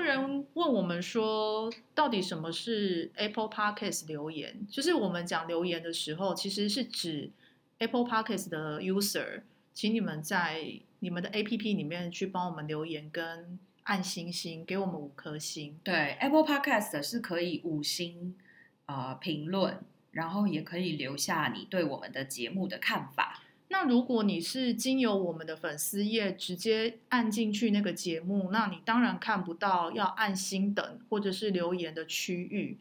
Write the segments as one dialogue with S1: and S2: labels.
S1: 人问我们说，到底什么是 Apple Podcast 留言？就是我们讲留言的时候，其实是指 Apple Podcast 的 user，请你们在你们的 APP 里面去帮我们留言跟按星星，给我们五颗星。
S2: 对，Apple Podcast 是可以五星呃评论，然后也可以留下你对我们的节目的看法。
S1: 那如果你是经由我们的粉丝页直接按进去那个节目，那你当然看不到要按星等或者是留言的区域。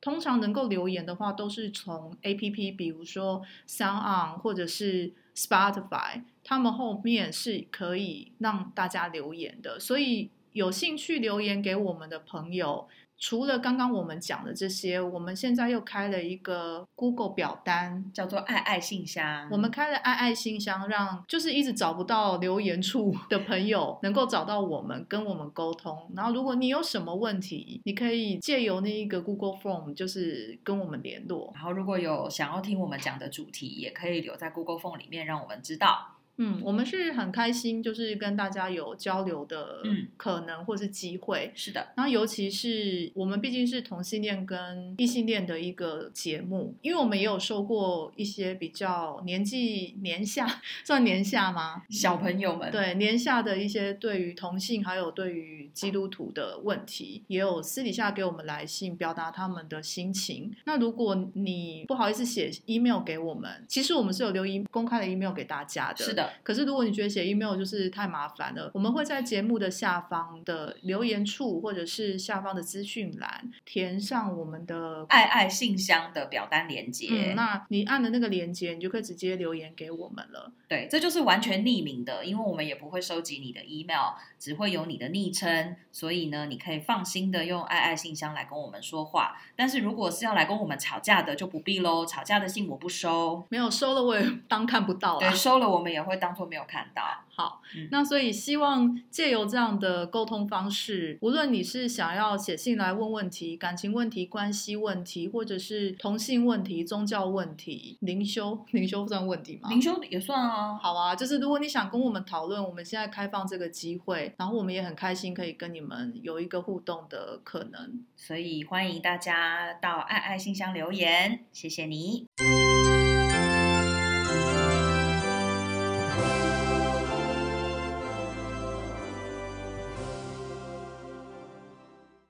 S1: 通常能够留言的话，都是从 A P P，比如说 Sound On 或者是 Spotify，他们后面是可以让大家留言的。所以有兴趣留言给我们的朋友，除了刚刚我们讲的这些，我们现在又开了一个 Google 表单，
S2: 叫做爱爱信箱，
S1: 我们开了爱爱信箱，让就是一直找不到留言处的朋友能够找到我们，跟我们沟通。然后，如果你有什么问题，你可以借由那一个 Google Form，就是跟我们联络。
S2: 然后如果有想要听我们讲的主题，也可以留在 Google Form 里面让我们知道。
S1: 嗯，我们是很开心，就是跟大家有交流的
S2: 嗯
S1: 可能或是机会。
S2: 是的，
S1: 然后，尤其是我们毕竟是同性恋跟异性恋的一个节目，因为我们也有收过一些比较年纪年下， 算年下吗？
S2: 小朋友们，，
S1: 对年下的一些对于同性还有对于基督徒的问题，也有私底下给我们来信表达他们的心情。那如果你不好意思写 email 给我们，其实我们是有留 e 公开的 email 给大家的。
S2: 是。的，
S1: 可是如果你觉得写 email 就是太麻烦了，我们会在节目的下方的留言处或者是下方的资讯栏填上我们的。
S2: 爱爱信箱的表单连接。
S1: 嗯，那你按的那个链接，你就可以直接留言给我们了。
S2: 对，这就是完全匿名的，因为我们也不会收集你的 email，只会有你的昵称，所以呢，你可以放心的用爱爱信箱来跟我们说话。但是如果是要来跟我们吵架的，就不必喽，吵架的信我不收，
S1: 没有收了，我也当看不到啊啦。
S2: 对，收了我们也会当做没有看到。
S1: 好
S2: 嗯，
S1: 那所以希望借由这样的沟通方式，无论你是想要写信来问问题、感情问题、关系问题，或者是同性问题、宗教问题、灵修，灵修算问题吗？
S2: 灵修也算啊，
S1: 好啊，就是如果你想跟我们讨论，我们现在开放这个机会，然后我们也很开心可以跟你们有一个互动的可能。
S2: 所以欢迎大家到爱爱信箱留言，谢谢你。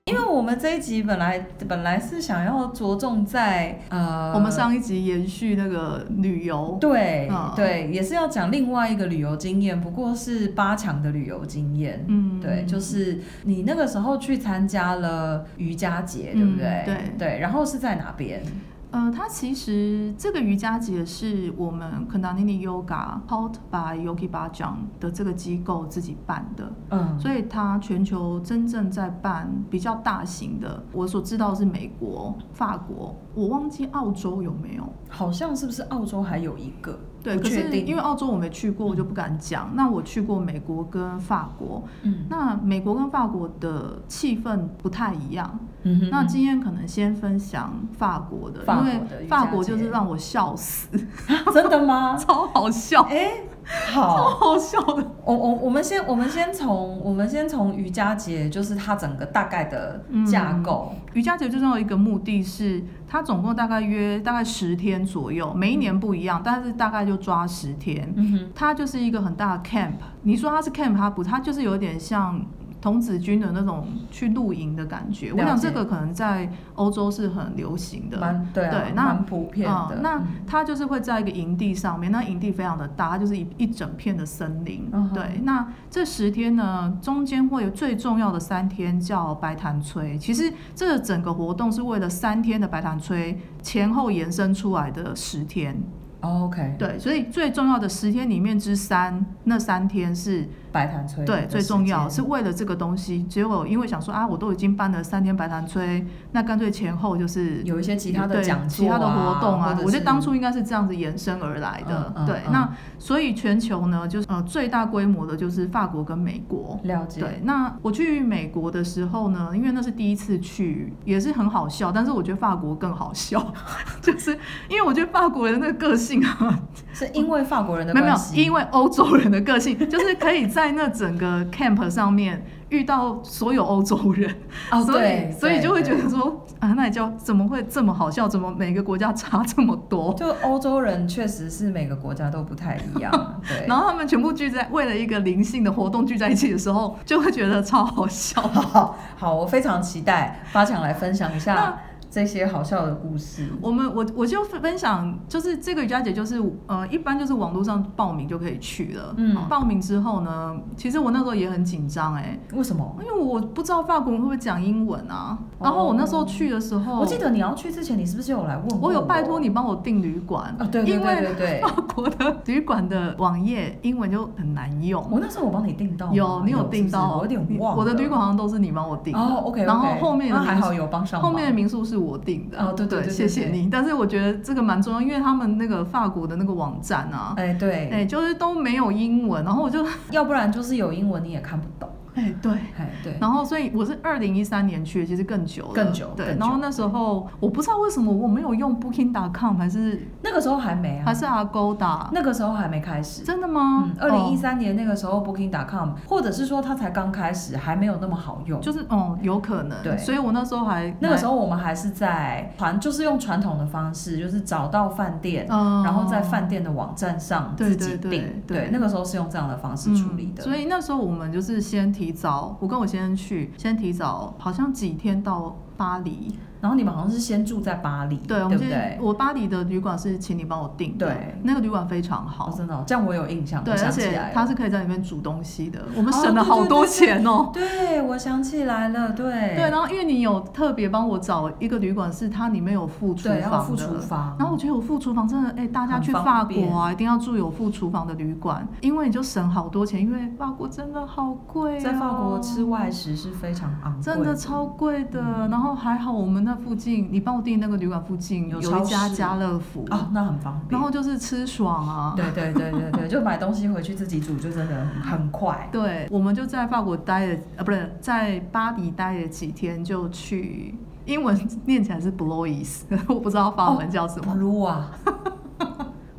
S3: 因为我们这一集本来本来是想要着重在呃，
S1: 我们上一集延续那个旅游，
S3: 对、
S1: 嗯
S3: 对，也是要讲另外一个旅游经验，不过是八强的旅游经验。
S1: 嗯
S3: 对，就是你那个时候去参加了瑜伽节，对不对？
S1: 嗯对
S3: 对，然后是在哪边？
S1: 呃，它其实这个瑜伽节是我们 Kundalini Yoga Taught by Yogi Bhajan 的这个机构自己办的，
S3: 嗯，
S1: 所以它全球真正在办比较大型的，我所知道是美国、法国，我忘记澳洲有没有。
S3: 好像是不是澳洲还有一个？
S1: 对，
S3: 不
S1: 可
S3: 确
S1: 是
S3: 定，
S1: 因为澳洲我没去过，我就不敢讲。那我去过美国跟法国，
S3: 嗯
S1: 那美国跟法国的气氛不太一样，
S3: 嗯哼
S1: 那今天可能先分享法国的，
S3: 法
S1: 因
S3: 国的
S1: 为
S3: 瑜伽
S1: 法国就
S3: 节
S1: 是让我笑死，
S3: 嗯 真的 吗？
S1: 超好笑，
S3: 哎、 好，
S1: 好笑的。
S3: 我我我们先我们先从我们先从瑜伽节，就是它整个大概的
S1: 嗯
S3: 架构，
S1: 瑜伽节最重要的一个目的是，它总共大概约大概十天左右，每一年不一样，但是大概就抓十天。
S3: 嗯哼，
S1: 它就是一个很大的 camp，你说它是 camp，它不，它就是有点像童子军的那种去露营的感觉。我
S3: 了
S1: 想
S3: 解
S1: 这个可能在欧洲是很流行的，
S3: 蛮对啊，
S1: 对那
S3: 蛮普遍
S1: 啊，
S3: 的。嗯
S1: 那它就是会在一个营地上面，那营地非常的大，它就是一一整片的森林。
S3: 嗯哼
S1: 对，那这十天呢，中间会有最重要的三天叫白潭吹。其实这整个活动是为了三天的白潭吹前后延伸出来的十天。
S3: 哦 OK，
S1: 对，所以最重要的十天里面之三，那三天是
S3: 白潭吹
S1: 对
S3: 的
S1: 最
S3: 时
S1: 重要，
S3: 间
S1: 是为了这个东西。结果因为想说啊，我都已经办了三天白潭吹，那干脆前后就是
S3: 有一些其他的
S1: 对
S3: 讲座、啊、
S1: 其他的活动
S3: 或
S1: 啊
S3: 者，是
S1: 我觉得当初应该是这样子延伸而来的
S3: 嗯。嗯
S1: 对，
S3: 嗯
S1: 那所以全球呢，就是呃最大规模的就是法国跟美国。
S3: 了解，
S1: 对，那我去美国的时候呢，因为那是第一次去，也是很好笑，但是我觉得法国更好笑， 就是因为我觉得法国人的那个个性啊，
S3: 是因为法国人的
S1: 没有没
S3: 关
S1: 有，
S3: 系，
S1: 因为欧洲人的个性，就是可以在那整个 camp 上面遇到所有欧洲人，
S3: 哦，
S1: 所
S3: 对
S1: 以，所以就会觉
S3: 对
S1: 得说啊，那你叫怎么会这么好笑？怎么每个国家差这么多？
S3: 就欧洲人确实是每个国家都不太 一样，对。
S1: 然后他们全部聚在为了一个灵性的活动聚在一起的时候，就会觉得超好笑。
S3: 好，好，我非常期待八强来分享一下这些好笑的故事。
S1: 我们我我就分享，就是这个瑜伽节，就是呃，一般就是网络上报名就可以去了。啊
S3: 嗯
S1: 报名之后呢，其实我那时候也很紧张哎、
S3: 为什么？
S1: 因为我不知道法国人会不会讲英文啊。然后我那时候去的时候，
S3: 我记得你要去之前，你是不是有来问
S1: 我有拜托你帮我订旅馆
S3: 啊？对对
S1: 因为
S3: 对 对对
S1: 法，国的旅馆的网页英文就很难用。
S3: 我那时候我帮你订到吗，
S1: 有，你有订到？
S3: 是不是哦我有
S1: 你
S3: 点忘了。
S1: 我的旅馆好像都是你帮我订的。
S3: 哦，OK，
S1: 然后后面的
S3: 还
S1: 民
S3: 好
S1: 宿
S3: 有帮上忙
S1: 后面的民宿是我订的。
S3: 哦对
S1: 对
S3: 对对对
S1: 谢谢
S3: 对
S1: 你。但是我觉得这个蛮重要，因为他们那个法国的那个网站啊，
S3: 哎对，
S1: 哎，就是都没有英文，然后我就
S3: 要不然就是有英文你也看不懂，
S1: 哎对。
S3: 哎对，
S1: 然后，所以我是二零一三年去的，其实更久了，
S3: 更久
S1: 对，
S3: 更久
S1: 然后那时候我不知道为什么我没有用 Booking.com，还是、
S3: 那个时候还没啊，
S1: 还是 Agoda，
S3: 那个时候还没开始。
S1: 真的吗
S3: 嗯，？二零一
S1: 哦
S3: 三年那个时候，Booking.com，或者是说它才刚开始，还没有那么好用。
S1: 就是哦，有可能。
S3: 对
S1: 所以我那时候还
S3: 那个时，候我们还是在传，就是用传统的方式，就是找到饭店，
S1: 嗯
S3: 然后在饭店的网站上
S1: 对
S3: 自
S1: 对
S3: 己
S1: 对
S3: 订。
S1: 对
S3: 那个时候是用这样的方式处理的。
S1: 嗯所以那时候我们就是先提早，我跟我先生去，先提早好像几天到巴黎。
S3: 然后你们好像是先住在巴黎，
S1: 对，我
S3: 不
S1: 们先
S3: 对？
S1: 我巴黎的旅馆是请你帮我订的，
S3: 对
S1: 那个旅馆非常好
S3: 哦，。真的哦、这样我有印象，
S1: 对，
S3: 我想
S1: 而
S3: 起
S1: 且
S3: 来
S1: 它
S3: 了。
S1: 是可以在里面煮东西的，我们
S3: 哦
S1: 省了
S3: 对
S1: 好
S3: 对
S1: 多
S3: 对对
S1: 钱哦。
S3: 对，我想起来了，对，
S1: 对，然后因为你有特别帮我找一个旅馆，是它里面有附厨
S3: 对，然后
S1: 房
S3: 附厨
S1: 的。
S3: 房，
S1: 然后我觉得有附厨房真的，哎、大家
S3: 很
S1: 去
S3: 方
S1: 法
S3: 便
S1: 国啊，一定要住有附厨房的旅馆，因为你就省好多钱，因为法国真的好贵、啊
S3: 在法国吃。嗯外食是非常昂贵，
S1: 真的超贵的，然后还好我们那附近，你帮我订那个旅馆附近
S3: 有
S1: 有
S3: 超
S1: 一家
S3: 市
S1: 家乐福，
S3: 哦，那很方便。
S1: 然后就是吃爽啊。
S3: 对对对对对，就买东西回去自己煮，就真的很快。
S1: 对，我们就在法国待了，呃，不是在巴黎待了几天，就去英文念起来是 Blois，我 不知道法文叫什
S3: 布
S1: 么。
S3: 鲁瓦，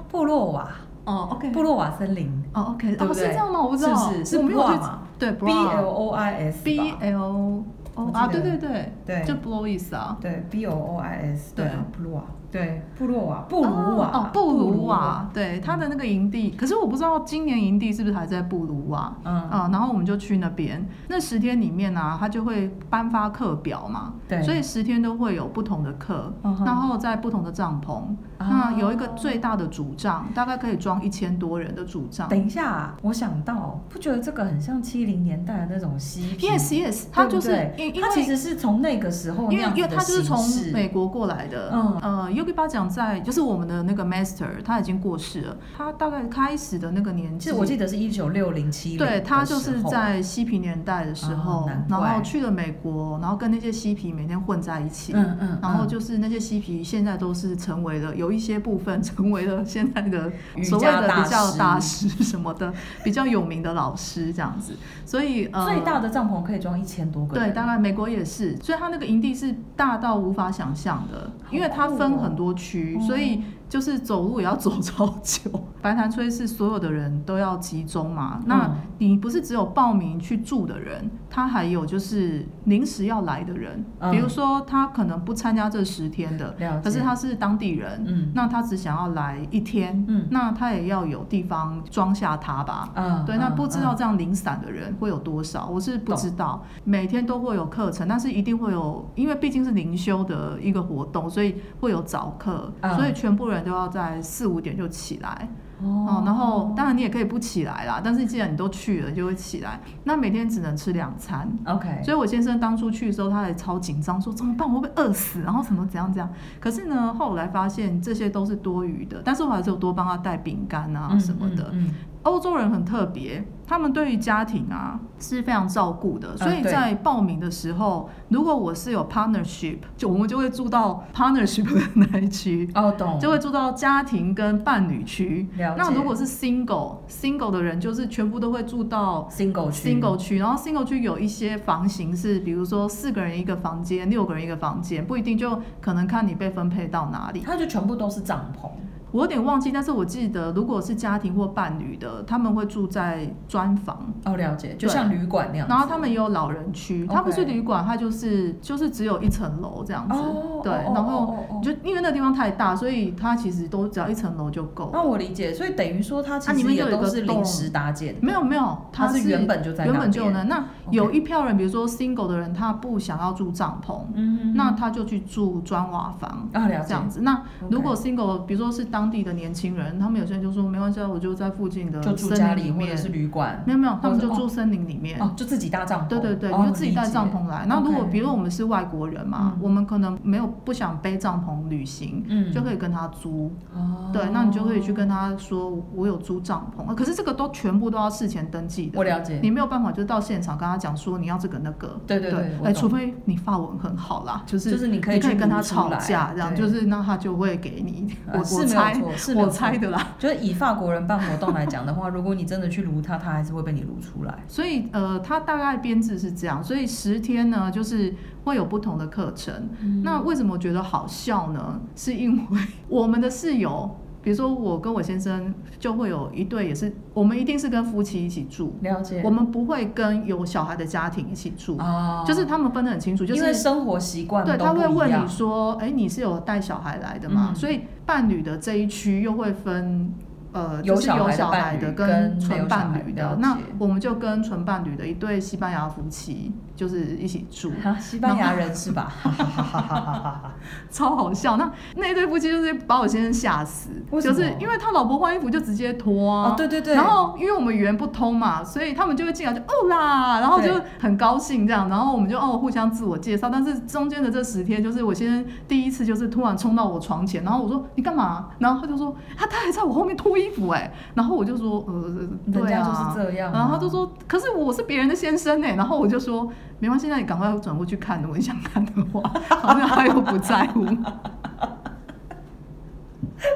S3: 布洛瓦，
S1: 哦，OK、o k
S3: 布洛瓦森林
S1: 哦，OK，
S3: 对不
S1: 哦，是
S3: 对
S1: 这样吗？我不知道，
S3: 是不是是
S1: 我没有
S3: Blois
S1: 去
S3: 嘛，
S1: 对啊
S3: ，B L O I S
S1: B
S3: 吧
S1: L
S3: 我
S1: O
S3: 记
S1: 啊，
S3: 得
S1: 对对对，
S3: 对
S1: 就 Blois 啊，
S3: 对 B O O I S
S1: 对
S3: 对啊布鲁瓦对布洛瓦布鲁瓦
S1: 哦，布鲁瓦，对，它的那个营地，可是我不知道今年营地是不是还在布鲁瓦。
S3: 嗯
S1: 啊、然后我们就去那边。那十天里面呢、啊，他就会颁发课表嘛，
S3: 对
S1: 所以十天都会有不同的课
S3: 嗯哼
S1: 然后在不同的帐篷。
S3: 啊
S1: 那有一个最大的主帐，大概可以装一千多人的主帐。
S3: 等一下，我想到，不觉得这个很像七零年代的那种嬉皮
S1: Yes, yes，它
S3: 对
S1: 就
S3: 不
S1: 是
S3: 对
S1: 因因
S3: 它其
S1: 为。
S3: 实是从那个时候那
S1: 因为因
S3: 样子
S1: 为
S3: 的
S1: 他就是从
S3: 形式
S1: 美国过来的，
S3: 嗯
S1: 呃，Yogi 巴讲在就是我们的那个 Master，他已经过世了，他大概开始的那个年
S3: 其
S1: 纪，
S3: 实我记得是一九六零七，
S1: 对他就是在嬉皮年代的时候，
S3: 啊难
S1: 然
S3: 怪
S1: 后去了美国，然后跟那些嬉皮每天混在一起，
S3: 嗯嗯，
S1: 然后就是那些嬉皮现在都是成为了有一些部分 成为了现在的
S3: 瑜伽
S1: 所谓的
S3: 大
S1: 比较
S3: 师
S1: 大师什么的，比较有名的老师这样子，所以呃
S3: 最大的帐篷可以装一千多个
S1: 对，
S3: 人，
S1: 大概美国也是，所以它那个营地是大到无法想象的，因为它分很多区，
S3: 哦
S1: 所以就是走路也要走超久。 白潭村是所有的人都要集中嘛，那
S3: 嗯
S1: 你不是只有报名去住的人，他还有就是临时要来的人，
S3: 嗯
S1: 比如说他可能不参加这十天的
S3: 了解，
S1: 可是他是当地人，
S3: 嗯
S1: 那他只想要来一天，
S3: 嗯
S1: 那他也要有地方装下他吧，
S3: 嗯
S1: 对，那不知道
S3: 嗯
S1: 这样零散的人会有多少，我是不
S3: 懂
S1: 知道。每天都会有课程，但是一定会有，因为毕竟是灵修的一个活动，所以会有早课，
S3: 嗯
S1: 所以全部人都要在四五点就起来。
S3: 嗯
S1: 哦，然后当然你也可以不起来啦，但是既然你都去了，就会起来。那每天只能吃两餐。
S3: OK，
S1: 所以我先生当初去的时候，他也超紧张，说怎么办，我会不会饿死？然后什么怎样怎样。可是呢，后来发现这些都是多余的，但是我还是有多帮他带饼干啊
S3: 嗯
S1: 什么的。
S3: 嗯嗯
S1: 欧洲人很特别，他们对于家庭啊是非常照顾的，
S3: 嗯
S1: 所以在报名的时候，如果我是有 partnership，就我们就会住到 partnership 的那一区，
S3: 哦懂，
S1: 就会住到家庭跟伴侣区。
S3: 了解
S1: 那如果是 single single 的人，就是全部都会住到
S3: single 区
S1: single 区，然后 single 区有一些房型是，比如说四个人一个房间，六个人一个房间，不一定就可能看你被分配到哪里。
S3: 它就全部都是帐篷，
S1: 我有点忘记，但是我记得，如果是家庭或伴侣的，他们会住在专房，
S3: 哦，了解，就像旅馆那样子。
S1: 然后他们也有老人区，它不是旅馆，它就是就是只有一层楼这样子。
S3: 哦，
S1: 对，
S3: 哦
S1: 然后
S3: 哦哦哦
S1: 就因为那地方太大，所以它其实都只要一层楼就够。
S3: 那我理解，所以等于说它其
S1: 啊你
S3: 实
S1: 们
S3: 也
S1: 有一
S3: 都
S1: 个
S3: 是临
S1: 洞
S3: 时搭建的，
S1: 没有没有，
S3: 它
S1: 是
S3: 是原本就在
S1: 原
S3: 那
S1: 本就有
S3: 边
S1: 呢。那
S3: OK
S1: 有一票人，比如说 single 的人，他不想要住帐篷，
S3: 嗯
S1: 那他就去住砖瓦房。
S3: 啊，了
S1: 这
S3: 解。
S1: 样子，那
S3: OK
S1: 如果 single，比如说是当地的年轻人，他们有些人就说没关系，啊，我就在附近的
S3: 就住家
S1: 森林
S3: 里
S1: 里
S3: 或
S1: 面
S3: 者，是旅馆，
S1: 没有没有，他们就
S3: 或者
S1: 住森林里面。
S3: 哦，就自己搭帐篷。
S1: 对对对，
S3: 哦
S1: 你就自己带帐。
S3: 理解
S1: 篷来。那如果
S3: OK
S1: 比如我们是外国人嘛，
S3: 嗯
S1: 我们可能没有不想背帐篷旅行，
S3: 嗯，
S1: 就可以跟他租。
S3: 哦，
S1: 对，那你就可以去跟他说，我有租帐篷，可是这个都全部都要事前登记的。
S3: 我了解。
S1: 你没有办法就到现场跟他讲说你要这个那个，
S3: 对对对我
S1: 哎，
S3: 懂
S1: 除非你法文很好啦，就是
S3: 就是你可以
S1: 你可以
S3: 去
S1: 跟他
S3: 读出
S1: 吵
S3: 来
S1: 架，这样
S3: 对
S1: 就是那他就会给你，我
S3: 呃是
S1: 我
S3: 没有
S1: 猜
S3: 错是没有
S1: 我
S3: 错
S1: 猜的啦。
S3: 就是以法国人办活动来讲的话，如果你真的去撸它，它还是会被你撸出来。
S1: 所以呃，他大概编制是这样，所以十天呢就是会有不同的课程。
S3: 嗯
S1: 那为什么我觉得好笑呢？是因为我们的室友。 比如说，我跟我先生就会有一对，也是我们一定是跟夫妻一起住，
S3: 了解
S1: 我们不会跟有小孩的家庭一起住，
S3: 哦，
S1: 就是他们分得很清楚，就
S3: 因为
S1: 是
S3: 生活习惯
S1: 对，
S3: 都
S1: 他
S3: 不
S1: 会
S3: 一
S1: 问
S3: 样
S1: 你说，哎、你是有带小孩来的吗？
S3: 嗯
S1: 所以伴侣的这一区又会分。呃，
S3: 有
S1: 就是
S3: 小
S1: 有
S3: 孩的
S1: 小
S3: 伴
S1: 孩
S3: 侣
S1: 的
S3: 跟没有
S1: 纯
S3: 小
S1: 伴
S3: 孩
S1: 侣
S3: 了
S1: 的，那
S3: 解
S1: 我们就跟纯伴侣的一对西班牙夫妻就是一起 住，
S3: 哈啊西班牙人是吧？哈哈哈哈哈哈哈哈
S1: 超好笑。那那一对夫妻就是把我先生吓死，
S3: 为什
S1: 就是
S3: 么
S1: 因为他老婆换衣服就直接脱啊，
S3: 哦，对对对，
S1: 然后因为我们语言不通嘛，所以他们就会进来就哦啦，然后就
S3: 对
S1: 很高兴这样，然后我们就哦互相自我介绍。但是中间的这十天，就是我先生第一次就是突然冲到我床前，然后我说你干嘛？然后他就说他他还在我后面脱衣服哎、然后我就说呃
S3: 人
S1: 对
S3: 家
S1: 啊
S3: 就是。这样啊，
S1: 然后他就说：“可是我是别人的先生哎呢。”然后我就说：“呃没关系，那你赶快转过去看，如果你想看的话。”好像他又不在乎。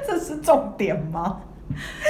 S3: 这是重点吗？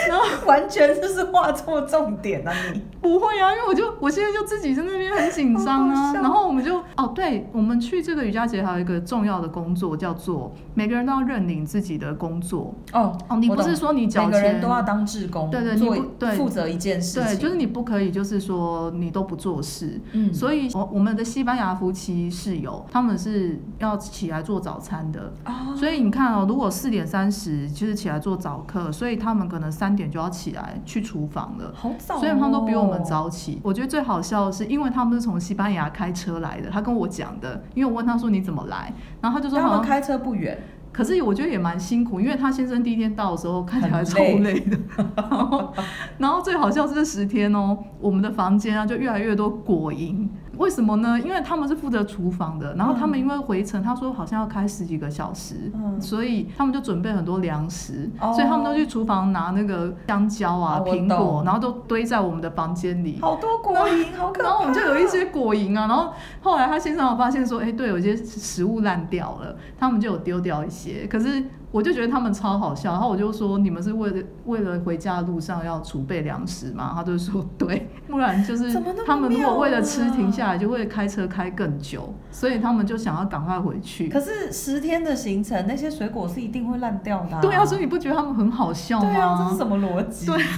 S1: 然后
S3: 完全就是画错重点啊你！
S1: 不会啊，因为我就我现在就自己在那边很紧张
S3: 好
S1: 啊
S3: 好，笑
S1: 然后我们就哦，对，我们去这个瑜伽节还有一个重要的工作叫做每个人都要认领自己的工作，
S3: 哦
S1: 哦你不
S3: 我懂
S1: 是说你缴
S3: 每个人
S1: 钱
S3: 都要当志工，
S1: 对对你
S3: 做
S1: 不对
S3: 负责一件事
S1: 对，
S3: 情，
S1: 就是你不可以就是说你都不做事，
S3: 嗯，
S1: 所以哦我我们的西班牙夫妻室友他们是要起来做早餐的。
S3: 啊，
S1: 所以你看哦，如果四点三十就是起来做早课，所以他们可能三点就要起来去厨房了。
S3: 好早、哦，
S1: 所以他们都比我们早起。我觉得最好笑的是，因为他们是从西班牙开车来的，他跟我讲的，因为我问他说你怎么来，然后他就说
S3: 但他
S1: 好
S3: 们
S1: 像，
S3: 开车不远，
S1: 可是我觉得也蛮辛苦，因为他先生第一天到的时候看起来
S3: 很
S1: 超
S3: 累
S1: 累 的，然后然后最好笑是这十天哦，我们的房间啊就越来越多果蝇。为什么呢？因为他们是负责厨房的，然后他们因为回程，他说好像要开十几个小时，
S3: 嗯
S1: 所以他们就准备很多粮食，
S3: 哦
S1: 所以他们都去厨房拿那个香蕉啊、
S3: 哦我
S1: 苹
S3: 懂
S1: 果，然后都堆在我们的房间里。
S3: 好多果蝇，好可怕。
S1: 然后我们就有一些果蝇啊，然后后来他先生有发现说，哎、对，有些食物烂掉了，他们就有丢掉一些。可是我就觉得他们超好笑，然后我就说，你们是为了为了回家的路上要储备粮食吗？他就说，对，不然就是
S3: 怎么那么
S1: 他们如果为了
S3: 妙
S1: 吃
S3: 啊
S1: 停下来，就会开车开更久，所以他们就想要赶快回去。
S3: 可是十天的行程，那些水果是一定会烂掉的、
S1: 对啊，所以你不觉得他们很好笑吗？
S3: 对啊，这是什么逻辑？
S1: 对，啊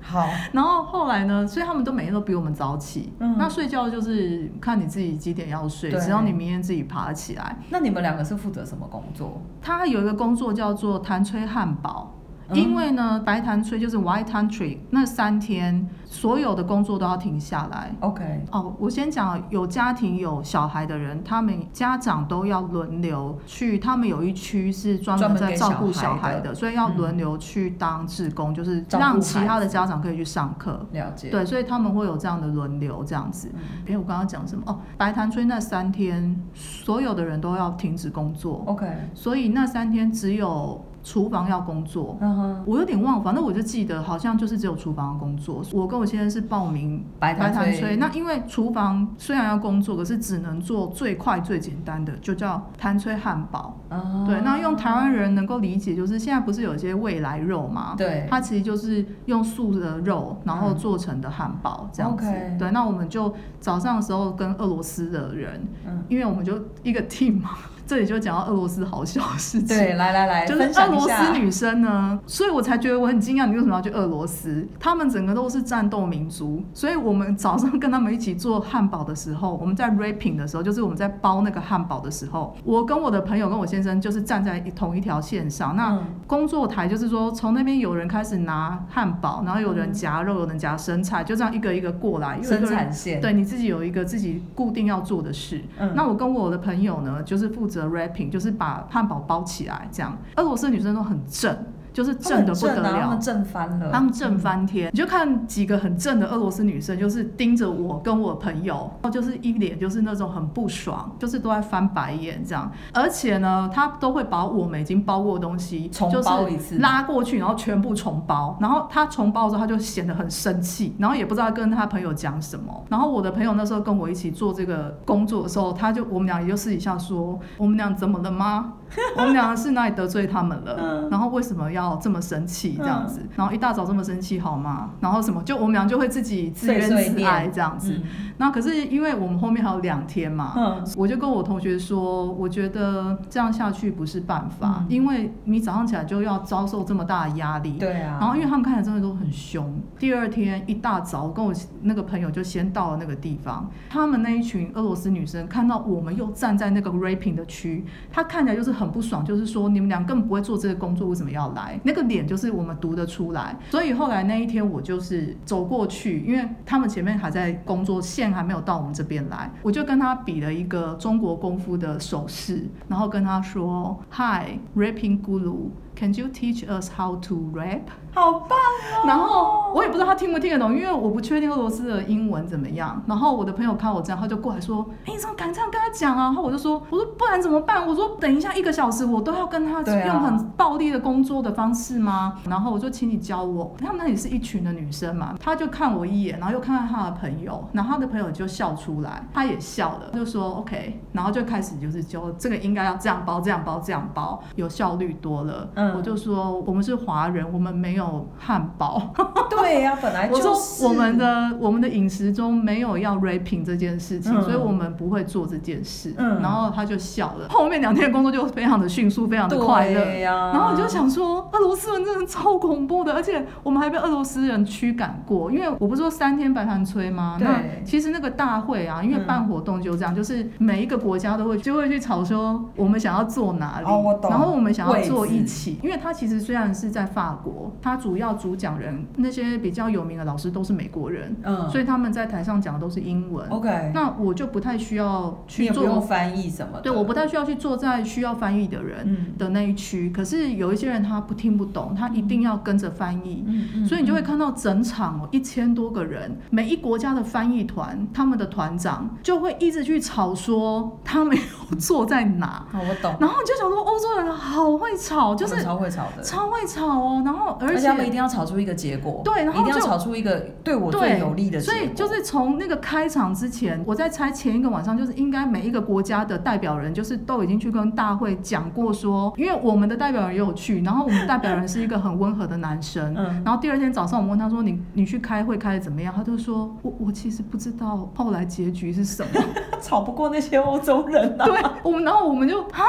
S3: 好，
S1: 然后后来呢，所以他们都每天都比我们早起。
S3: 嗯
S1: 那睡觉就是看你自己几点要睡，
S3: 对
S1: 只要你明天自己爬起来。
S3: 那你们两个是负责什么工作？
S1: 他有一个工作叫做弹吹汉堡。
S3: 嗯
S1: 因为呢，白弹吹就是 white country 那三天，所有的工作都要停下来。
S3: OK，
S1: 哦，我先讲有家庭有小孩的人，他们家长都要轮流去，他们有一区是专
S3: 专
S1: 门
S3: 门
S1: 在
S3: 给
S1: 照顾
S3: 小
S1: 小
S3: 孩
S1: 孩
S3: 的嗯
S1: 的，所以要轮流去当志工，就是
S3: 照顾
S1: 让其他
S3: 孩
S1: 的家长可以去上课。
S3: 了解。
S1: 对，所以他们会有这样的轮流这样子。
S3: 嗯
S1: 哎、我刚刚讲什么？哦，白潭村那三天，所有的人都要停止工作，
S3: ，OK，
S1: 所以那三天只有厨房要工作。
S3: 嗯哼，
S1: 我有点忘，反正我就记得好像就是只有厨房要工作。我跟我先生是报名
S3: 白
S1: 白
S3: 糖
S1: 潭
S3: 吹
S1: 吹，那因为厨房虽然要工作，可是只能做最快最简单的，就叫弹吹汉堡。
S3: 啊
S1: 对，那用台湾人能够理解，就是现在不是有一些未来肉吗？
S3: 对
S1: 它其实就是用素的肉，然后做成的汉堡这样子。
S3: OK
S1: 对，那我们就早上的时候跟俄罗斯的人，
S3: 嗯
S1: 因为我们就一个 team 嘛， 这里就讲到俄罗斯好笑的事情。
S3: 对，来来来，
S1: 就是
S3: 分
S1: 俄
S3: 享一
S1: 罗斯
S3: 下。
S1: 女生呢，所以我才觉得我很惊讶，你为什么要去俄罗斯？她们整个都是战斗民族，所以我们早上跟她们一起做汉堡的时候，我们在 wrapping 的时候，就是我们在包那个汉堡的时候，我跟我的朋友跟我先生就是站在一同一条线上。那
S3: 嗯
S1: 工作台就是说，从那边有人开始拿汉堡，然后有人夹肉，有人夹生菜，就这样一个一个过来，有一个
S3: 生
S1: 人
S3: 产线，
S1: 对你自己有一个自己固定要做的事。
S3: 嗯
S1: 那我跟我的朋友呢，就是负责 wrapping，就是把汉堡包起来这样。俄罗斯女生都很正，就是
S3: 他们
S1: 正的不
S3: 很
S1: 得
S3: 正啊他
S1: 了
S3: 们。正翻了，
S1: 她们正翻天，你就看几个很正的俄罗斯女生，就是盯着我跟我朋友，然后就是一脸就是那种很不爽，就是都在翻白眼这样。而且呢，她都会把我们已经包过的东西
S3: 重
S1: 就是
S3: 包一次
S1: 拉过去，然后全部重包。然后她重包之后，她就显得很生气，然后也不知道跟她朋友讲什么。然后我的朋友那时候跟我一起做这个工作的时候，她就我们俩也就私底下说，我们俩怎么了吗？我们俩是哪里得罪他们了？
S3: 嗯
S1: 然后为什么要这么生气这样子？然后一大早这么生气好吗？然后什么就我们俩就会自己自怨
S3: 碎碎
S1: 自
S3: 念
S1: 艾这样子。
S3: 嗯
S1: 那可是因为我们后面还有两天嘛，
S3: 嗯
S1: 我就跟我同学说，我觉得这样下去不是办法，
S3: 嗯
S1: 因为你早上起来就要遭受这么大的压力。
S3: 对啊，
S1: 然后因为他们看起来真的都很凶，第二天一大早，我跟我那个朋友就先到了那个地方。他们那一群俄罗斯女生看到我们又站在那个 raping 的区，她看起来就是很不爽，就是说你们俩根本不会做这个工作，为什么要来？那个脸就是我们读得出来。所以后来那一天我就是走过去，因为他们前面还在工作，线还没有到我们这边来，我就跟他比了一个中国功夫的手势，然后跟他说：“Hi, raping guru, can you teach us how to rap？”
S3: 好棒哦，
S1: 然后我也不知道他听不听得懂，因为我不确定俄罗斯的英文怎么样。然后我的朋友看我这样，他就过来说：“哎、你怎么敢这样跟他讲啊？”然后我就说：“我说不然怎么办？我说等一下一个小时我都要跟他
S3: 对啊
S1: 用很暴力的工作的方式吗？”然后我就请你教我。他们那里是一群的女生嘛，他就看我一眼，然后又看看他的朋友，然后他的朋友就笑出来，他也笑了，就说 OK，然后就开始就是教这个应该要这样包，这样包，这样包，有效率多了。
S3: 嗯
S1: 我就说我们是华人，我们没有汉堡。
S3: 对呀，本来
S1: 我
S3: 哎就
S1: 说
S3: 是
S1: 我们的我们的饮食中没有要 raping 这件事情，
S3: 嗯
S1: 所以我们不会做这件事。
S3: 嗯
S1: 然后他就笑了。后面两天的工作就非常的迅速，非常的快乐。
S3: 对呀，
S1: 然后我就想说，俄罗斯人真的超恐怖的，而且我们还被俄罗斯人驱赶过，因为我不是说三天白盘吹吗？
S3: 对嗯
S1: 那其实那个大会啊，因为办活动就这样，就是每一个国家都会就会去吵说我们想要坐哪里，
S3: 哦我懂
S1: 然后我们想要坐
S3: 位置
S1: 一起，因为它其实虽然是在法国，它主要主讲人那些比较有名的老师都是美国人，
S3: 嗯，
S1: 所以他们在台上讲的都是英文。
S3: OK，
S1: 那我就不太需要
S3: 你
S1: 去
S3: 也不用
S1: 做，
S3: 翻译什么的，
S1: 对，我不太需要去坐在需要翻译的人，
S3: 嗯
S1: 的那一区，可是有一些人他不听不懂，他一定要跟着翻译。
S3: 嗯嗯，
S1: 所以你就会看到整场哦，一千多个人，每一国家的翻译团，他们的团长就会一直去吵说他们有坐在 哪，
S3: 嗯好，我懂，
S1: 然后你就想说欧洲人好会吵，就
S3: 他们
S1: 是
S3: 超会吵的，
S1: 超会吵哦，然后而
S3: 而
S1: 且
S3: 且他们一定要吵出一个结果，
S1: 对然后
S3: 一定要
S1: 就
S3: 吵出一个对我
S1: 对
S3: 最有利的结
S1: 所
S3: 果，
S1: 以就是从那个开场之前，我在猜前一个晚上，就是应该每一个国家的代表人，就是都已经去跟大会讲过说，因为我们的代表人也有去，然后我们代表人是一个很温和的男生。
S3: 嗯，
S1: 然后第二天早上，我问他说：“你你去开会开的怎么样？”他就说：“我我其实不知道后来结局是什么。
S3: 吵不过那些欧洲人啊，
S1: 对，我们然后我们就啊，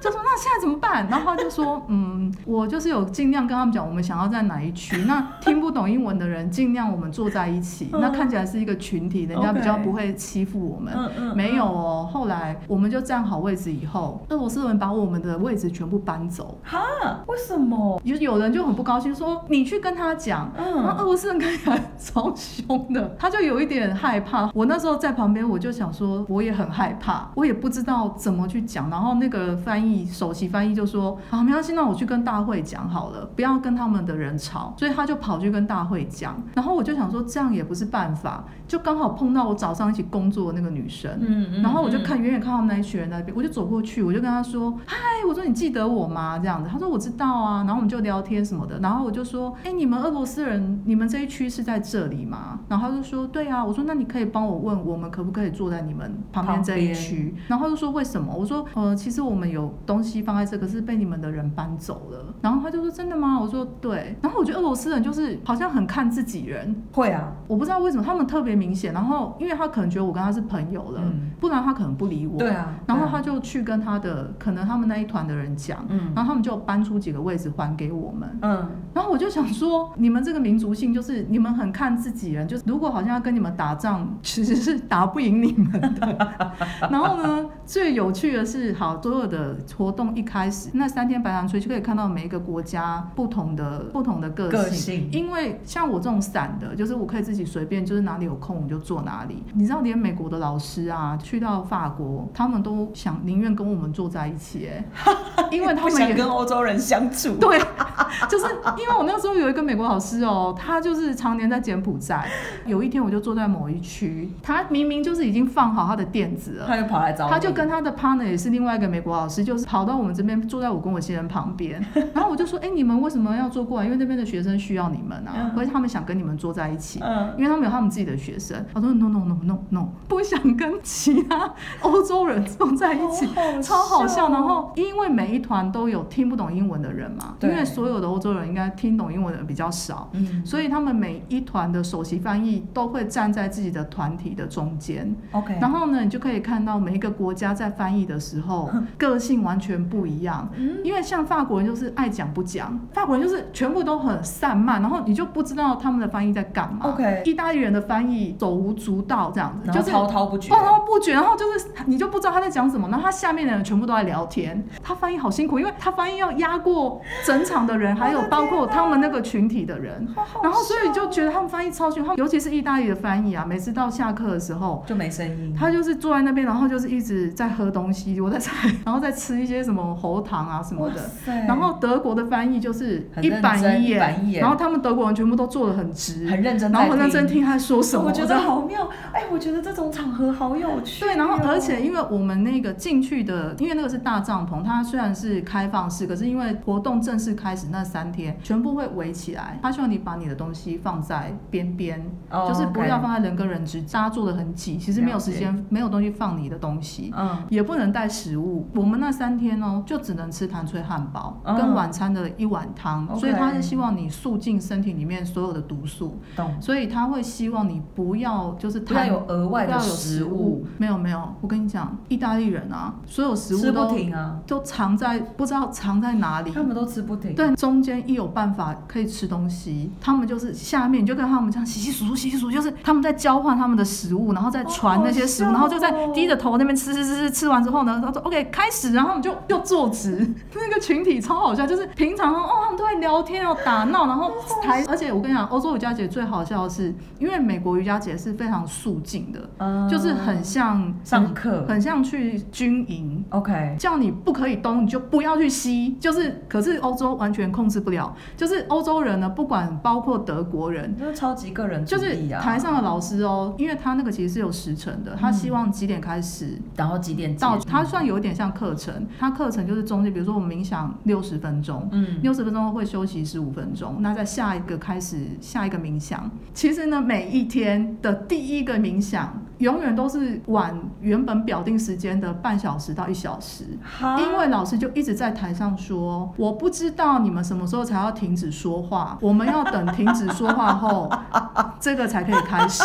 S1: 就说那现在怎么办？然后他就说，嗯，我就是有尽量跟他们讲，我们想要在哪一区。那听不懂英文的人，尽量我们坐在一起。那看起来是一个群体，人家比较
S3: OK
S1: 不会欺负我们。
S3: 嗯嗯，
S1: 没有哦，后来我们就站好位置以后，俄罗斯人把我们的位置全部搬走，
S3: 哈，为什么？
S1: 有有人就很不高兴，说你去跟他讲，然后俄
S3: 嗯，
S1: 罗斯人看起来超凶的， 他就有一点害怕。我那时候在旁边，我就想说，我也很害怕，我也不知道怎么去讲。然后那个翻译，首席翻译就说：“啊，没关系，那我去跟大会讲好了，不要跟他们的人吵。”所以他就跑去跟大会讲。然后我就想说，这样也不是办法，就刚好碰到我早上一起工作的那个女生。
S3: 嗯嗯
S1: 然后我就看远远看他们那一群人在那边，我就走过去，我就跟他说：“嗨，我说你记得我吗？”这样子，他说：“我知道啊。”然后我们就聊天什么的，然后我就说：“哎，你们俄罗斯人，你们这一区是在这里吗？”然后他就说：“对啊。”我说：“那你可以帮我问我们可不可以坐在你们旁边这一区？”然后他就说：“为什么？”我说：“呃，其实我我们有东西放在这，可是被你们的人搬走了。”然后他就说：“真的吗？”我说：“对。”然后我觉得俄罗斯人就是好像很看自己人，
S3: 会啊，
S1: 我不知道为什么他们特别明显。然后因为他可能觉得我跟他是朋友了，
S3: 嗯，
S1: 不然他可能不理我。
S3: 对啊，
S1: 然后
S3: 对啊
S1: 他就去跟他的可能他们那一团的人讲，
S3: 嗯
S1: 然后他们就搬出几个位置还给我们。
S3: 嗯，
S1: 然后我就想说，你们这个民族性就是你们很看自己人，就是如果好像要跟你们打仗，其实是打不赢你们的。 然后呢，最有趣的是，好，所有的活动一开始那三天白兰吹就可以看到每一个国家不同的不同的个性。
S3: 个性
S1: 因为像我这种散的，就是我可以自己随便，就是哪里有空我就做哪里。你知道，连美国的老师啊，去到法国，他们都想宁愿跟我们坐在一起，哎，因为他
S3: 不
S1: 们
S3: 想
S1: 也
S3: 跟欧洲人相处，
S1: 对，啊就是因为我那时候有一个美国老师哦，他就是常年在柬埔寨。有一天我就坐在某一区，他明明就是已经放好他的垫子 了。
S3: 他就跑来找你，
S1: 他就跟他的 partner 也是另外一个美国老师，就是跑到我们这边，坐在我跟我先生旁边。然后我就说：“哎、你们为什么要坐过来？因为那边的学生需要你们啊，
S3: 嗯
S1: 而且他们想跟你们坐在一起。”
S3: 嗯，
S1: 因为他们有他们自己的学生，他说 no no no no no，不想跟其他欧洲人坐在一起，
S3: 好
S1: 超好笑。
S3: 哦
S1: 然后因为每一团都有听不懂英文的人嘛，因
S3: 对
S1: 为所有的欧洲人应该听懂英文的人比较少，
S3: 嗯
S1: 所以他们每一团的首席翻译都会站在自己的团体的中间。
S3: ，OK，
S1: 然后呢，你就可以看到每一个国家在翻译的时 候个性完全不一样。
S3: 嗯
S1: 因为像法国人就是爱讲不讲，法国人就是全部都很散漫，然后你就不知道他们的翻译在干嘛。
S3: OK
S1: 意大利人的翻译手舞足蹈这样子，
S3: 然
S1: 就
S3: 后
S1: 是哦
S3: 滔滔不绝，
S1: 滔滔不绝，然后就是你就不知道他在讲什么，然后他下面的人全部都在聊天。他翻译好辛苦，因为他翻译要压过整场的人，还有包括他们那个群体的人。
S3: 好哦好
S1: 然后所以就觉得他们翻译超辛苦，他们尤其是意大利的翻译啊，每次到下课的时候，
S3: 就没声音，
S1: 他就是坐在那边，然后就是一直在喝东西，我在猜，然后再吃一些什么喉糖啊什么的。
S3: 塞
S1: 然后德国的翻译就是
S3: 很
S1: 一
S3: 认
S1: 板
S3: 真
S1: 一
S3: 一板
S1: 眼，
S3: 一眼
S1: 然后他们德国人全部都坐得很直，
S3: 很认真，
S1: 然后很认真。听他说什么。
S3: 我觉
S1: 这
S3: 得
S1: 样
S3: 好妙，哎，我觉得这种场合好有趣哦。
S1: 对，然后而且因为我们那个进去的，因为那个是大帐篷，它虽然是开放式，可是因为活动正式开始那三天，全部会围起来。他希望你把你的东西放在边边，
S3: 哦
S1: 就是不
S3: OK
S1: 要放在人跟人之间，大家坐得很挤，其实没有时间，没有东西放你的东西。
S3: 嗯，
S1: 也不能带食物，我们那三天哦，就只能吃糖脆汉堡、
S3: 嗯
S1: 跟晚餐的一碗汤
S3: 哦 OK
S1: 所以他是希望你肃进身体里面所有的毒素，
S3: 懂，
S1: 所以他会希望你不要就是
S3: 不要
S1: 贪
S3: 有额外
S1: 不
S3: 的
S1: 要有
S3: 食
S1: 食物
S3: 物，，
S1: 没有没有，我跟你讲，意大利人啊，所有食
S3: 吃
S1: 物
S3: 不
S1: 都
S3: 停啊，
S1: 都藏在不知道藏在哪里
S3: 他。们都吃不停。
S1: 对，中间一有办法可以吃东西，他们就是下面你就跟他们这样洗洗数数洗洗数数，就是他们在交换他们的食物，然后再传那些食物，
S3: 好好笑
S1: 然
S3: 哦
S1: 后就在低着头那边吃吃吃吃，吃完之后呢，他说 OK 开始，然后他们就又坐直， 那个群体超好笑，就是平常哦他们都会聊天哦打闹，然后台，而且我跟你讲，欧洲瑜伽节最好笑的是，因为美国瑜伽节是非常肃静的，
S3: 嗯，
S1: 就是很像
S3: 上课
S1: 很像去军营，
S3: OK，
S1: 叫你不可以东，你就不要去西。就是，可是欧洲完全控制不了，就是欧洲人呢，不管包括德国人。
S3: 就是超级个人主
S1: 就是
S3: 义啊。
S1: 台上的老师哦，因为他那个其实是有时辰的，他希望几点开始
S3: 然后几点结
S1: 到，
S3: 束
S1: 他算有点像课程，他课程就是中间，比如说我们冥想六十分钟，
S3: 嗯
S1: 六十分钟会休息十五分钟，那在下一个开始下一个冥想。其实呢，每一天的第一个冥想永远都是晚原本表定时间的半小时到一小时。
S3: 哈
S1: 因为老师就一直在台上说，我不知道你们什么时候才要停止说话，我们要等停止说话后，这个才可以开始。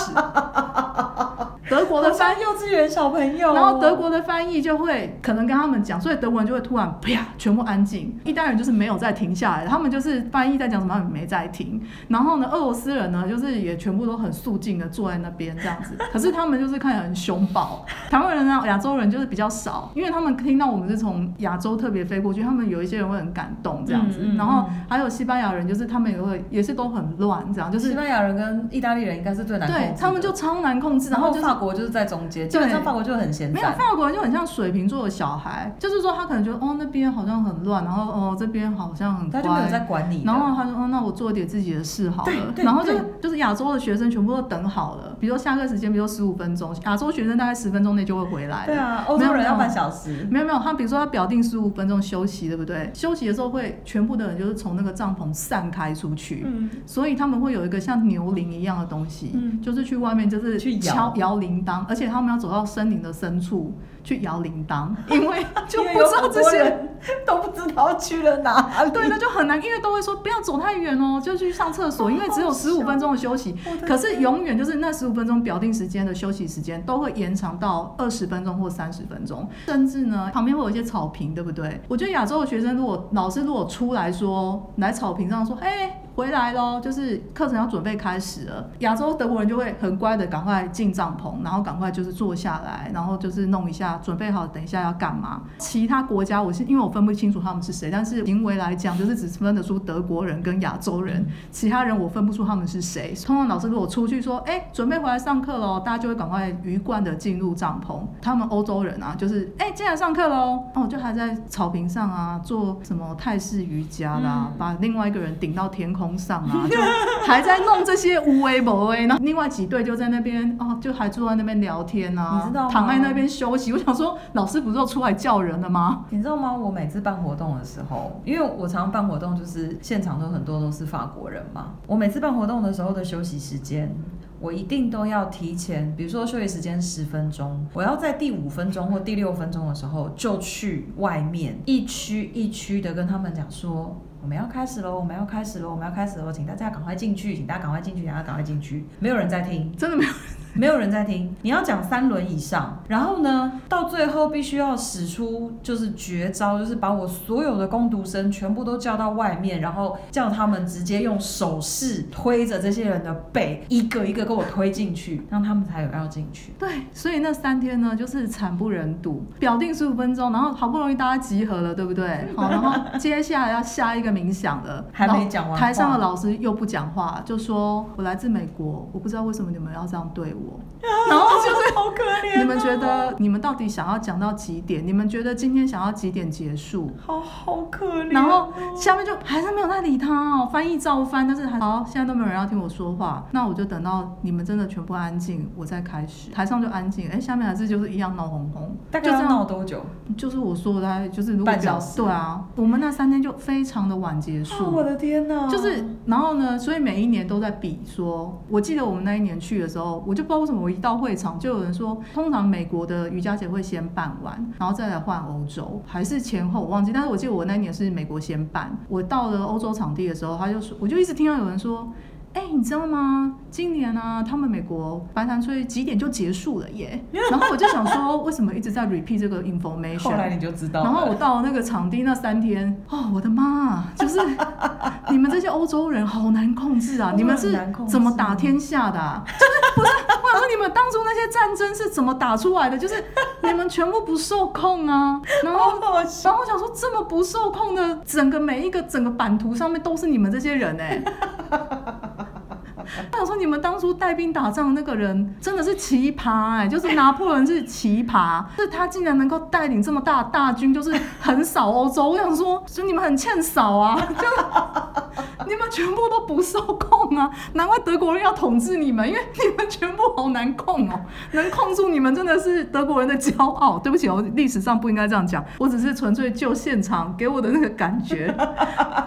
S1: 德国
S3: 我
S1: 的
S3: 的
S1: 翻
S3: 班幼稚园小朋友哦，
S1: 然后德国的翻译就会可能跟他们讲，所以德国人就会突然啪全部安静，意大利人就是没有再停下来，他们就是翻译在讲什么他们没在听。然后呢，俄罗斯人呢就是也全部都很肃静的坐在那边这样子，可是他们就是看起来很凶暴。台湾人啊，亚洲人就是比较少，因为他们听到我们是从亚洲特别飞过去，他们有一些人会很感动这样子。
S3: 嗯嗯
S1: 然后还有西班牙人，就是他们也会也是都很乱这样，就
S3: 西
S1: 是
S3: 班牙人跟意大利人应该是最难控制
S1: 对
S3: 的
S1: 他们就超难控制，
S3: 然
S1: 然后
S3: 后
S1: 就是
S3: 法国就是在中间，
S1: 对
S3: 基本上法国就很闲
S1: 没有，
S3: 散。
S1: 法国人就很像水瓶座的小孩，就是说他可能觉得哦那边好像很乱，然后哦这边好像很
S3: 他就没有在
S1: 乖。
S3: 管你的，
S1: 然后他说：“哦，那我做一点自己的事好
S3: 对
S1: 了。”
S3: 对
S1: 然后就
S3: 对
S1: 就是亚洲的学生全部都等好了，比如说下课时间，比如说十五分钟，亚洲学生大概十分钟内就会回来。
S3: 对，啊，欧洲人要半小时，
S1: 没有没有，他比如说他表定十五分钟休息，对不对？休息的时候会全部的人就是从那个帐篷散开出去，
S3: 嗯，
S1: 所以他们会有一个像牛铃一样的东西，
S3: 嗯
S1: 就是去外面就是
S3: 去摇
S1: 敲摇铃铛，而且他们要走到森林的深处去摇铃 铛，因为就
S3: 因为
S1: 不
S3: 有
S1: 知道
S3: 很
S1: 这
S3: 多
S1: 些人。
S3: 人啊都不知道去了哪里。
S1: 对，那就很难，因为都会说不要走太远哦，就去上厕所，因为只有十五分钟的休息。
S3: 我的
S1: 可是永远就是那十五分钟表定时间的休息时间都会延长到二十分钟或三十分钟，甚至呢旁边会有一些草坪，对不对？我觉得亚洲的学生如果老师如果出来说来草坪上说，哎、回来喽，就是课程要准备开始了。亚洲德国人就会很乖的，赶快进帐篷，然后赶快就是坐下来，然后就是弄一下，准备好等一下要干嘛。其他国家我是因为我分不清楚他们是谁，但是行为来讲，就是只分得出德国人跟亚洲
S3: 嗯
S1: 人，其他人我分不出他们是谁。通常老师如果出去说，哎、准备回来上课喽，大家就会赶快鱼贯的进入帐篷。他们欧洲人啊，就是哎、进来上课喽，那我就还在草坪上啊，做什么泰式瑜伽啦，
S2: 嗯
S1: 把另外一个人顶到天空上啊，就还在弄这些无为不为。然后另外几队就在那边哦，就还坐在那边聊天啊，
S3: 你知道吗
S1: 躺在那边休息。我想说，老师不是要出来叫人了吗？
S3: 你知道吗？我每次办活动的时候，因为我常常办活动，就是现场都很多都是法国人嘛。我每次办活动的时候的休息时间，我一定都要提前，比如说休息时间十分钟，我要在第五分钟或第六分钟的时候就去外面一区一区的跟他们讲说。我们要开始喽！我们要开始喽！我们要开始喽！请大家赶快进去，请大家赶快进去，大家赶快进去。没有人在听，
S1: 真的没有。
S3: 没有人在听。你要讲三轮以上，然后呢，到最后必须要使出就是绝招，就是把我所有的攻读生全部都叫到外面，然后叫他们直接用手势推着这些人的背，一个一个给我推进去，让他们才有要进去。
S1: 对，所以那三天呢，就是惨不忍睹，表定十五分钟，然后好不容易大家集合了，对不对？好，然后接下来要下一个冥想了，
S3: 嗯还没
S1: 然后
S3: 讲完话
S1: 台上的老师又不讲话，就说：“我来自美国，我不知道为什么你们要这样对 我。”然后就是
S3: 是好可怜哦、
S1: 你们觉得你们到底想要讲到几点？你们觉得今天想要几点结束？
S3: 好好可怜哦、
S1: 然后下面就还是没有在理他哦，翻译照翻，但是还好，现在都没有人要听我说话，那我就等到你们真的全部安静，我再开始。台上就安静，哎，下面还是就是一样闹哄哄，
S3: 大概
S1: 就
S3: 要
S1: 这样
S3: 闹多久？
S1: 就是我说的，大概就是如果
S3: 半
S1: 不要
S3: 小时
S1: 对啊，我们那三天就非常的晚结束。
S3: 啊我的天哪！
S1: 就是，然后呢？所以每一年都在比说，我记得我们那一年去的时候，我就不知道为什么我一到会场就有人说，通常美国的瑜伽节会先办完，然后再来换欧洲，还是前后我忘记。但是我记得我那一年是美国先办，我到了欧洲场地的时候，他就说，我就一直听到有人说。哎、你知道吗？今年呢、啊，他们美国白糖吹几点就结束了耶。然 后我就想说，为什么一直在 repeat 这个 information？
S3: 后来你就知道了。
S1: 然后我到那个场地那三天，哦，我的妈啊，就是你们这些欧洲人好难控制 啊！
S3: 哦
S1: 你们是
S3: 很难控制
S1: 怎么打天下的、啊？就是 不是？我想说你们当初那些战争是怎么打出来的？就是你们全部不受控啊！然后
S3: 好好笑。
S1: 然后我想说，这么不受控的，整个每一个整个版图上面都是你们这些人哎、我想说，你们当初带兵打仗的那个人真的是奇葩哎、就是拿破仑是奇葩，是他竟然能够带领这么大的大军，就是横扫欧洲。我想说，所以你们很欠扫啊，就你们全部都不受控啊，难怪德国人要统治你们，因为你们全部好难控哦、能控住你们真的是德国人的骄傲。对不起，我哦历史上不应该这样讲，我只是纯粹就现场给我的那个感觉，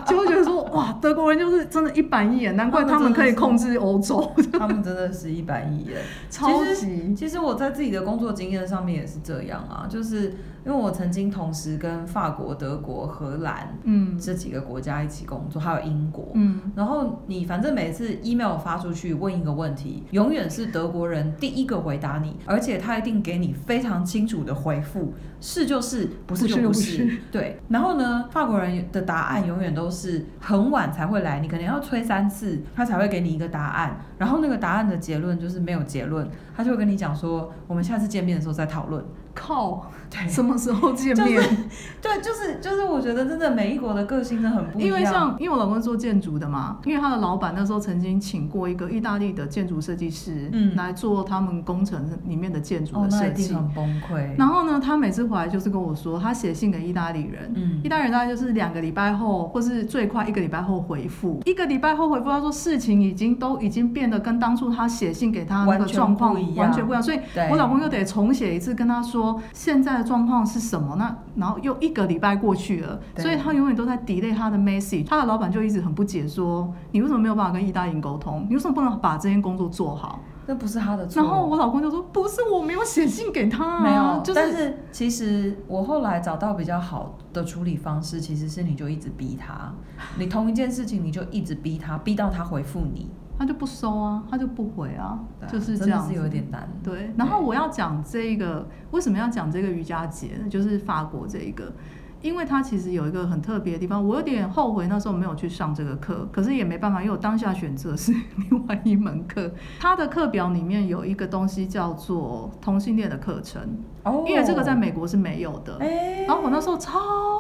S1: 就会觉得说哇，德国人就是真的一板一眼，难怪他们可以控制欧洲，
S3: 他们真的是一板一 眼。
S1: 超
S3: 其实
S1: 级
S3: 其实我在自己的工作经验上面也是这样啊，就是因为我曾经同时跟法国、德国、荷兰
S1: 嗯
S3: 这几个国家一起工作，还有英国。
S1: 嗯
S3: 然后你反正每次 email 发出去问一个问题，永远是德国人第一个回答你，而且他一定给你非常清楚的回复，是就是，不是就不
S1: 不
S3: 是。
S1: 是不是
S3: 对，然后呢，法国人的答案永远都是很晚才会来，你可能要催三次，他才会给你一个答案。然后那个答案的结论就是没有结论，他就会跟你讲说，我们下次见面的时候再讨论。
S1: 靠，
S3: 对
S1: 什么时候见面？
S3: 对，就是就是，我觉得真的每一国的个性真的很不一
S1: 因
S3: 样。
S1: 为像因为我老公做建筑的嘛，因为他的老板那时候曾经请过一个意大利的建筑设计师，
S3: 嗯
S1: 来做他们工程里面的建筑
S3: 哦
S1: 的，
S3: 那
S1: 设
S3: 一
S1: 计
S3: 定。很崩溃。
S1: 然后呢，他每次回来就是跟我说，他写信给意大利人，
S3: 嗯
S1: 意大利人大概就是两个礼拜后，或是最快一个礼拜后回复。一个礼拜后回复，他说事情已经都已经变得跟当初他写信给他那
S3: 完
S1: 个
S3: 全
S1: 状况
S3: 不一样
S1: 完全不一样，所以
S3: 对
S1: 我老公又得重写一次，跟他说现在的状况是什么。那然后又一个礼拜过去了，
S3: 对
S1: 所以他永远都在 delay 他的 message。他的老板就一直很不解说，你为什么没有办法跟意大利人沟通？你为什么不能把这件工作做好？
S3: 那不是他的错。
S1: 然后我老公就说：“不是，我没有写信给他、啊，
S3: 没有，
S1: 就
S3: 但
S1: 是
S3: 是其实我后来找到比较好的处理方式，其实是你就一直逼他，你同一件事情你就一直逼他，逼到他回复你，
S1: 他就不收啊，他就不回啊，
S3: 对啊
S1: 就是这
S3: 真的
S1: 样
S3: 是
S1: 子
S3: 有一点难。
S1: 对，然后我要讲这个，为什么要讲这个瑜伽节呢？就是法国这一个，因为它其实有一个很特别的地方，我有点后悔那时候没有去上这个课，可是也没办法，因为我当下选择是另外一门课。 它的课表里面有一个东西叫做同性恋的课程，
S3: 哦
S1: 因为这个在，美国是没有的。
S3: 哎，
S1: 然后我那时候超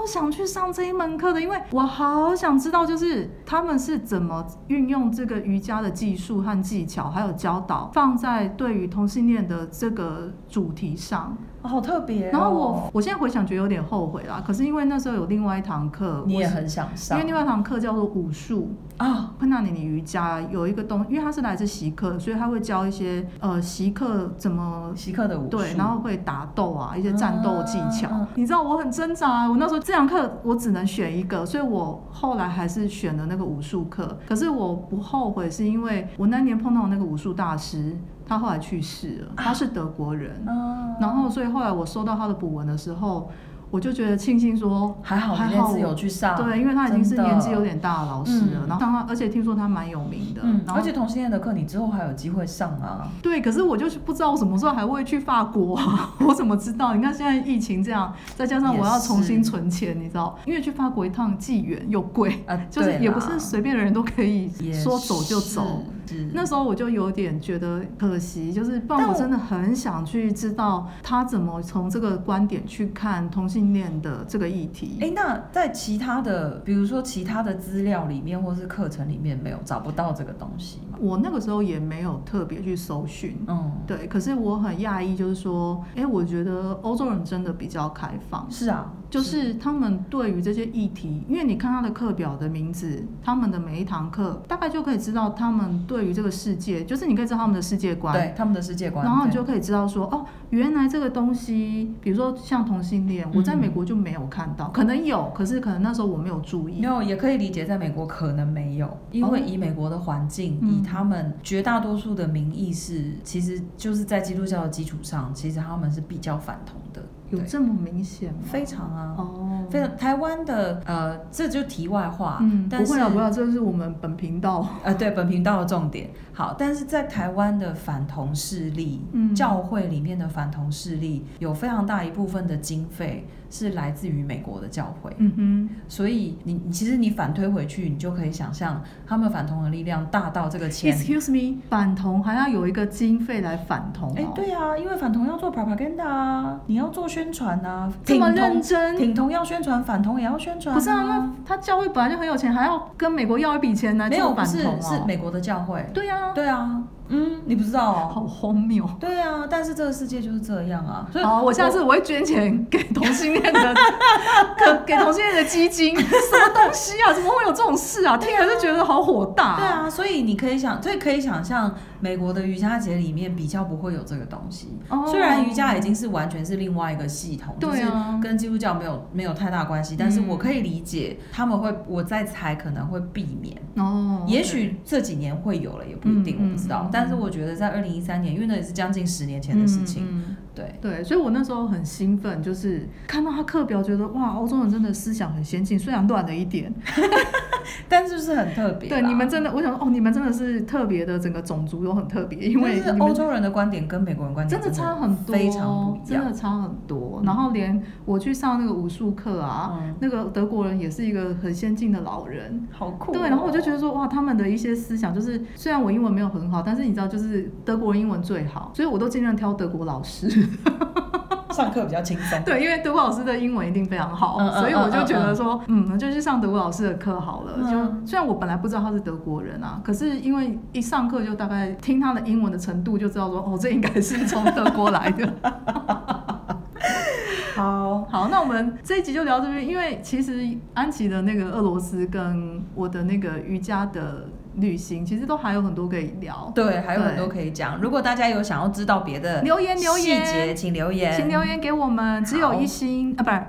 S1: 想去上这一门课的，因为我好想知道，就是他们是怎么运用这个瑜伽的技术和技巧，还有教导，放在对于同性恋的这个主题上。
S3: 哦好特别哦。
S1: 然后我我现在回想觉得有点后悔啦，可是因为那时候有另外一堂课，
S3: 你也
S1: 我是
S3: 很想
S1: 因
S3: 上，
S1: 为另外一堂课叫做武术，
S3: 啊，
S1: 昆达里尼瑜伽有一个东，因为它是来自席克，所以他会教一些呃席克怎么
S3: 席克的武术，
S1: 对，然后会打斗啊，一些战斗技巧。
S3: 啊
S1: 你知道我很挣扎啊，我那时候这堂课我只能选一个，所以我后来还是选了那个武术课。可是我不后悔，是因为我那年碰到那个武术大师，他后来去世了，他是德国人，
S3: 啊
S1: 然后所以后来我收到他的补文的时候，我就觉得庆幸说。
S3: 还好
S1: 还
S3: 你
S1: 好
S3: 那次有去上，
S1: 对，因为他已经是
S3: 啊真的
S1: 年纪有点大的老师了，
S3: 嗯
S1: 然后当然，而且听说他蛮有名的，
S3: 嗯，
S1: 然后
S3: 而且同性恋的课你之后还有机会上啊，
S1: 对，可是我就是不知道我什么时候还会去法国、啊， 我怎么知道？你看现在疫情这样，再加上我要重新存钱，你知道，因为去法国一趟既远又贵，
S3: 啊，
S1: 就是
S3: 对
S1: 也
S3: 啦
S1: 不是随便的人都可以
S3: 也
S1: 说走就走。
S3: 是，是
S1: 那时候我就有点觉得可惜，就是不然
S3: 但
S1: 我
S3: 我
S1: 真的很想去知道他怎么从这个观点去看同性恋的这个议题。
S3: 哎、那在其他的，比如说其他的资料里面，或是课程里面，没有找不到这个东西吗？
S1: 我那个时候也没有特别去搜寻，
S3: 嗯，
S1: 对，可是我很讶异，就是说，哎、我觉得欧洲人真的比较开放，
S3: 是啊，
S1: 就是他们对于这些议题，因为你看他的课表的名字，他们的每一堂课，大概就可以知道他们对于这个世界，就是你可以知道他们的世界观。
S3: 对他们的世界观，
S1: 然后你
S3: 对
S1: 就可以知道说，哦，原来这个东西，比如说像同性
S3: 嗯
S1: 恋，我在美国就没有看到，可能有，可是可能那时候我没有注意
S3: 没。有，也可以理解，在美国可能没有，因为
S1: 哦
S3: 以美国的环境，
S1: 嗯
S3: 以他们绝大多数的民意是，其实就是在基督教的基础上，其实他们是比较反同的，
S1: 有
S3: 对
S1: 这么明显吗？
S3: 非常啊，
S1: 哦，
S3: 非常台湾的呃，这就题外话，
S1: 嗯，
S3: 但
S1: 不
S3: 是
S1: 会啊，不会啊，这是我们本频道。
S3: 呃，对，本频道的重点。好，但是在台湾的反同势力，
S1: 嗯
S3: 教会里面的反同势力，有非常大一部分的经费是来自于美国的教会，
S1: 嗯哼，
S3: 所以你你其实你反推回去，你就可以想象他们反同的力量大到这个钱。
S1: Excuse me，反同还要有一个经费来反同、哦。
S3: 哎，对啊，因为反同要做 propaganda 啊，你要做宣传啊，
S1: 这么
S3: 挺同
S1: 认真
S3: 挺同要宣传，反同也要宣传、
S1: 不是啊，那他教会本来就很有钱，还要跟美国要一笔钱来
S3: 没有
S1: 做
S3: 不
S1: 反
S3: 是
S1: 同
S3: 是
S1: 哦。
S3: 美国的教会。
S1: 对啊，
S3: 对啊，嗯，你不知道哦。
S1: 好荒谬。
S3: 对啊，但是这个世界就是这样啊。所以
S1: 好，我下次我会捐钱给同性恋 的，给给同性恋的基金，什么东西啊？怎么会有这种事啊？听还是觉得好火大、
S3: 对，啊，所以你可以想，所以可以想象美国的瑜伽节里面比较不会有这个东西。
S1: 哦
S3: 虽然瑜伽已经是完全是另外一个系统，
S1: 对啊
S3: 就是跟基督教没有没有太大关系，但是
S1: 嗯
S3: 我可以理解他们会，我在猜可能会避免。
S1: 哦，
S3: 也许这几年会有了，也不一定，
S1: 嗯
S3: 我不知道。
S1: 嗯嗯
S3: 但是我觉得在二零一三年，因为那也是将近十年前的事情，
S1: 嗯嗯
S3: 对，
S1: 对，所以我那时候很兴奋，就是看到他课表，觉得哇，欧洲人真的思想很先进，虽然乱了一点，
S3: 但是就是很特别啦。
S1: 对，你们真的，我想说，哦，你们真的是特别的，整个种族都很特别，因为
S3: 但
S1: 你
S3: 是欧
S1: 们
S3: 洲人的观点跟美国人观点
S1: 真的差很多，哦
S3: 非常不一
S1: 真
S3: 样
S1: 的。差很多。然后连我去上那个武术课啊，
S3: 嗯
S1: 那个德国人也是一个很先进的老人。
S3: 好酷哦、
S1: 对，然后我就觉得说，哇，他们的一些思想，就是虽然我英文没有很好，但是你知道，就是德国人英文最好，所以我都尽量挑德国老师。
S3: 得上课比较轻松。
S1: 对，因为德国老师的英文一定非常好，
S3: 嗯嗯
S1: 所以我就觉
S3: 嗯嗯
S1: 得
S3: 嗯
S1: 说，嗯，那就去上德国老师的课好了。
S3: 嗯
S1: 就虽然我本来不知道他是德国人啊，可是因为一上课就大概听他的英文的程度，就知道说，哦，这应该是从德国来的。
S3: 好，
S1: 好，那我们这一集就聊这边，因为其实安琪的那个俄罗斯跟我的那个瑜伽的旅行，其实都还有很多可以聊。
S3: 对，还有很多可以讲。如果大家有想要知道别的
S1: 留言留言
S3: 细节，请留言，
S1: 请留言给我们，只有
S3: 好
S1: 一星啊，不是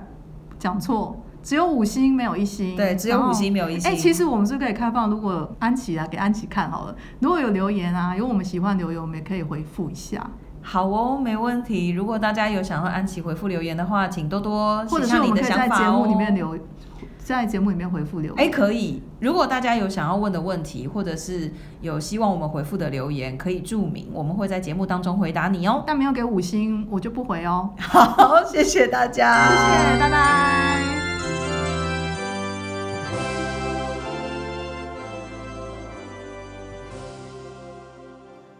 S1: 讲错，只有五星没有一星，
S3: 对，只有五星没有一
S1: 然
S3: 星。
S1: 后。哎、其实我们是不是可以开放，如果安琪啊给安琪看好了，如果有留言啊，有我们喜欢留言，我们也可以回复一下，
S3: 好哦，没问题。如果大家有想要安琪回复留言的话，请多多
S1: 或
S3: 写
S1: 者是
S3: 下
S1: 我们
S3: 你
S1: 可
S3: 的
S1: 以
S3: 想
S1: 在
S3: 法
S1: 节
S3: 哦
S1: 目里面留，在节目里面回复留言。
S3: 哎、可以。如果大家有想要问的问题，或者是有希望我们回复的留言，可以注明，我们会在节目当中回答你哦。
S1: 但没有给五星，我就不回哦。
S3: 好，谢谢大家，
S1: 谢谢，拜拜。